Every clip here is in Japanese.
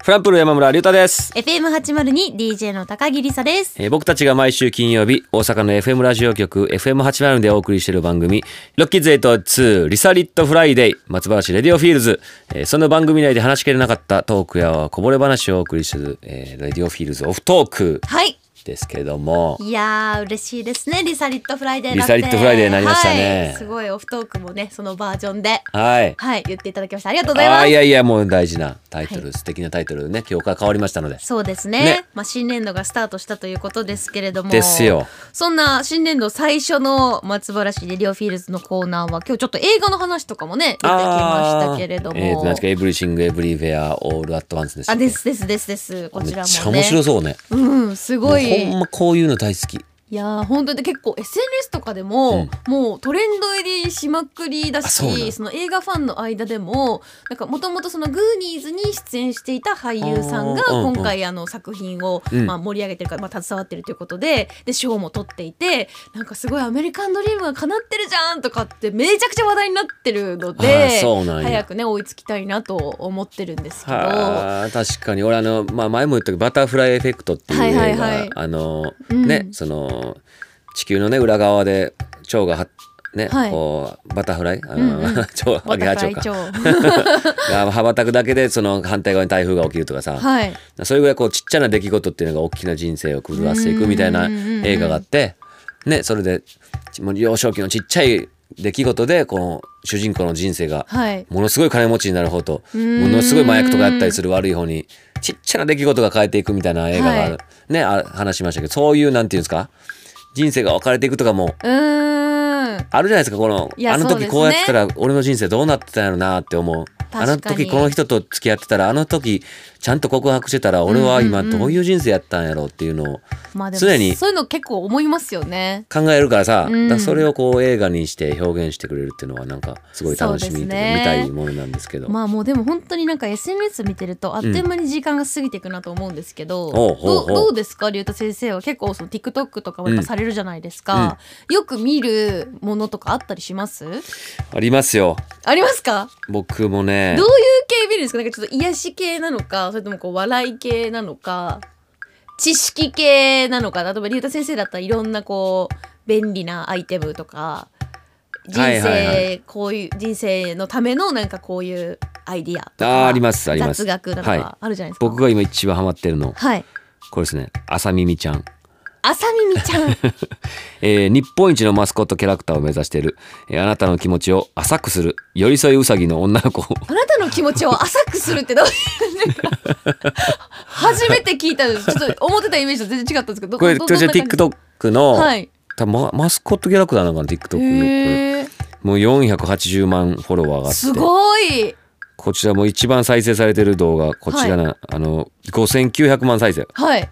フラップル山村隆太です、 FM802 DJ の高木梨沙ですえー僕たちが毎週金曜日大阪の FM ラジオ局 FM802 でお送りしている番組「ロッキーズ82リサリットフライデー松林レディオフィールズ」えーその番組内で話しきれなかったトークやこぼれ話をお送りする、えーレディオフィールズオフトークはいですけれどもいやー嬉しいですねリサリットフライデーリサリットフライデーになりましたねはいすごいオフトークもねそのバージョンではい。はい言っていただきましたありがとうございあまーすいやいやもう大事なタイトル、はい素敵なタイトルね今日から変わりましたのでそうですねねまあ、新年度がスタートしたということですけれどもですよそんな新年度最初の松原市レディオフィールズのコーナーは今日ちょっと映画の話とかもね出てきましたけれどもあーえーと何ですかエブリシングエブリウェアオールアットワンスでしたあっけですですですですこちめらもねっちゃ面白そうねうんすごいほんまこういうの大好きいやー本当に結構 SNS とかでも、もうトレンド入りしまくりだあそうなしのその映画ファンの間でもなんかもともとそのグーニーズに出演していた俳優さんがあーうんうん今回あの作品を、うんまあ、盛り上げてるから、まあ、携わってるということでで賞も取っていてなんかすごいアメリカンドリームが叶ってるじゃんとかってめちゃくちゃ話題になってるのあーでそうなんや早くね追いつきたいなと思ってるんですけど。はあ確かに俺あの、まあ、前も言ったけど「バタフライエフェクト」っていう映画、はいはいはいあの、うんねその地球のね裏側で蝶がはね、はいこうバタフライあうんうの、 蝶ハバゲハタフ蝶ライか蝶 が羽ばたくだけでその反対側に台風が起きるとかさ、はいそれぐらいこうちっちゃな出来事っていうのが大きな人生を狂わせていくみたいなうんうんうんうん映画があって、ね、それでちもう幼少期のちっちゃい出来事でこの主人公の人生がはいものすごい金持ちになる方とんものすごい麻薬とかやったりする悪い方にちっちゃな出来事が変えていくみたいな映画がある、はねあ話しましたけどそういうなんていうんですか人生が分かれていくとかもうーんあるじゃないですかこのいやあのそうで時すねこうやってたら俺の人生どうなってたんやろなって思うあ確かのに時この人と付き合ってたらあの時ちゃんと告白してたら俺は今うんうんうんどういう人生やったんやろうっていうのをまあでも常にそういうの結構思いますよね。考えるからさ、うんだからそれをこう映画にして表現してくれるっていうのはなんかすごい楽しみそみうですねたいものなんですけど、まあもうでも本当になんか SNS 見てるとあっという間に時間が過ぎていくなと思うんですけど、ほうほうほどうどうですか竜太先生は結構その TikTok とかもやっぱされるじゃないですか、よく見るものとかあったりしますありますよありますか僕もねどういう系見るんですかなんかちょっと癒し系なのかそれともこう笑い系なのか知識系なのか例えば竜太先生だったらいろんなこう便利なアイテムとか人生、はいはいはこういう人生のためのなんかこういうアイディアとあかーありますあります雑学などはいかあるじゃないですか、僕が今一番ハマってるのはいこれですね朝耳ちゃん朝耳ちゃんえー日本一のマスコットキャラクターを目指している、えーあなたの気持ちを浅くする寄り添いうさぎの女の子あなたの気持ちを浅くするってどういうなんか初めて聞いたのちょっと思ってたイメージと全然違ったんですけどどこれこどちらどんな感じ TikTok の、はい多分ママスコットキャラクターなのかな TikTok のこへーれもう480万フォロワーがあってすごいこちらも一番再生されてる動画こちらな、あの5900万再生はい。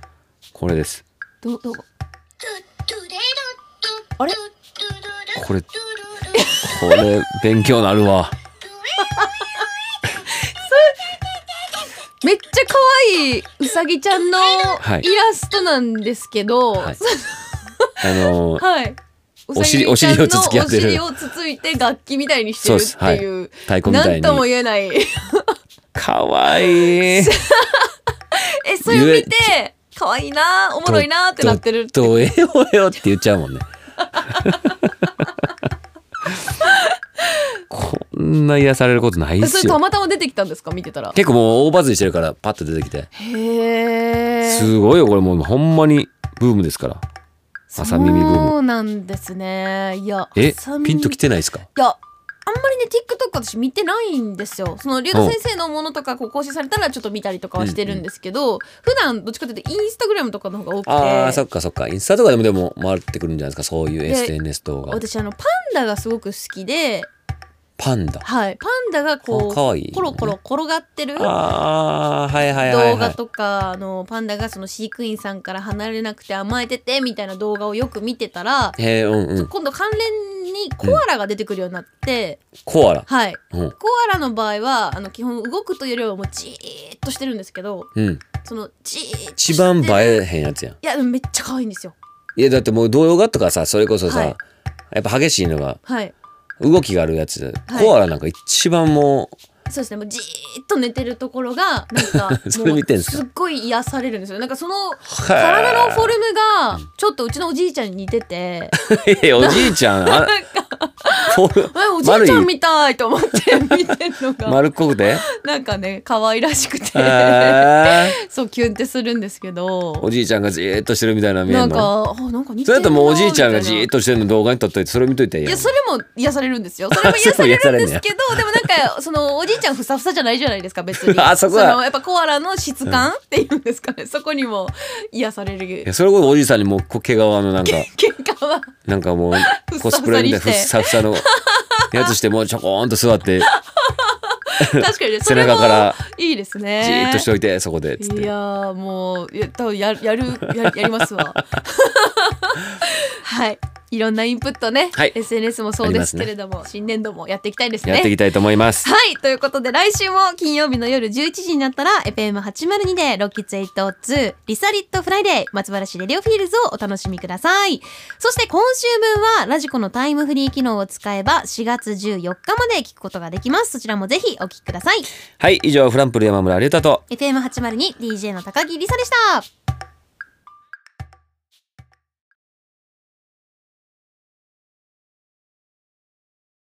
これですどどあれこれこれ勉強なるわめっちゃ可愛いうさぎちゃんのいイラストなんですけど、ははいい。あのーおうさ尻ぎちゃんお尻のをつつき合ってるお尻をつついて楽器みたいにしてるっていう。太鼓みなたいんにとも言えない。 かわいいえ、それを見て、可愛いな、おもろいなってなってる。ととえよえよって言っちゃう もんねこんな癒されることないっそすれたよまたま出てきたんですか見てたら。結構もう大バズりしてるからパッと出てきてへー。すごいよこれもうほんまにブームですから朝耳ブームそうなんですね。いや、え朝耳ピンときてないですかいやあんまりね TikTok 私見てないんですよその竜太先生のものとかこう更新されたらちょっと見たりとかはしてるんですけど、普段どっちかというとインスタグラムとかの方が多くてあーそっかそっかインスタとかでもでも回ってくるんじゃないですかそういう SNS 動画私あのパンダがすごく好きで、パンダはい、パンダがこあうかわいいねコロコロ転がってるあーはいはいはい、はい、動画とかあのパンダがその飼育員さんから離れなくて甘えててみたいな動画をよく見てたらへえうんうん今度関連にコアラが出てくるようになって、コアラはいうんコアラの場合はあの基本動くというよりはもうじーっとしてるんですけどうんそのじーっとしてる一番映えへんやつやんいやでもめっちゃ可愛いんですよいやだってもう動画とかさそれこそさ、はいやっぱ激しいのがはい動きがあるやつ、はいコアラなんか一番もうそうですねもうじーっと寝てるところがなんか それ見てんすかもうっごい癒されるんですよなんかそのえ体のフォルムがちょっとうちのおじいちゃんに似て てえおじいちゃんあフォルえおじいちゃ丸んいみたいと思って見てるの が丸っこくて、なんかね可愛らしくてえーそうキュンってするんですけどおじいちゃんがじーっとしてるみたいなの見えなんんのかあなんか似そてれるだともうおじいちゃんがじーっととしてるの動画に撮っといてそれ見といていいいややんそれも癒されるんですよそ れも癒されるんですけどでもなんかそのおじいちゃんふさふさじゃないじゃないですか別に あそこはのやっぱコアラの質感っていうんですかねそこにも癒されいやるそれこそおじいさんにもうこ毛皮のなんか結 果はなんかもうふコっさふさにしてスプレみたいなふっさふさのやつしてもうちょこーんと座って確かにね背それ中もからいいですねじーっとしておいてそこでつっていやーもういや多分やるやるややりま すわはいいろんなインプットね、はい SNS もそうですけれども、新年度もやっていきたいですねやっていきたいと思います。はい。ということで、来週も金曜日の夜11時になったら、FM802 で、ロッキッツ802、リサリットフライデー、松原市レディオフィールズをお楽しみください。そして今週分は、ラジコのタイムフリー機能を使えば、4月14日まで聞くことができます。そちらもぜひお聞きください。はい、以上フランプル山村隆太と FM802、DJ の高木りさでした。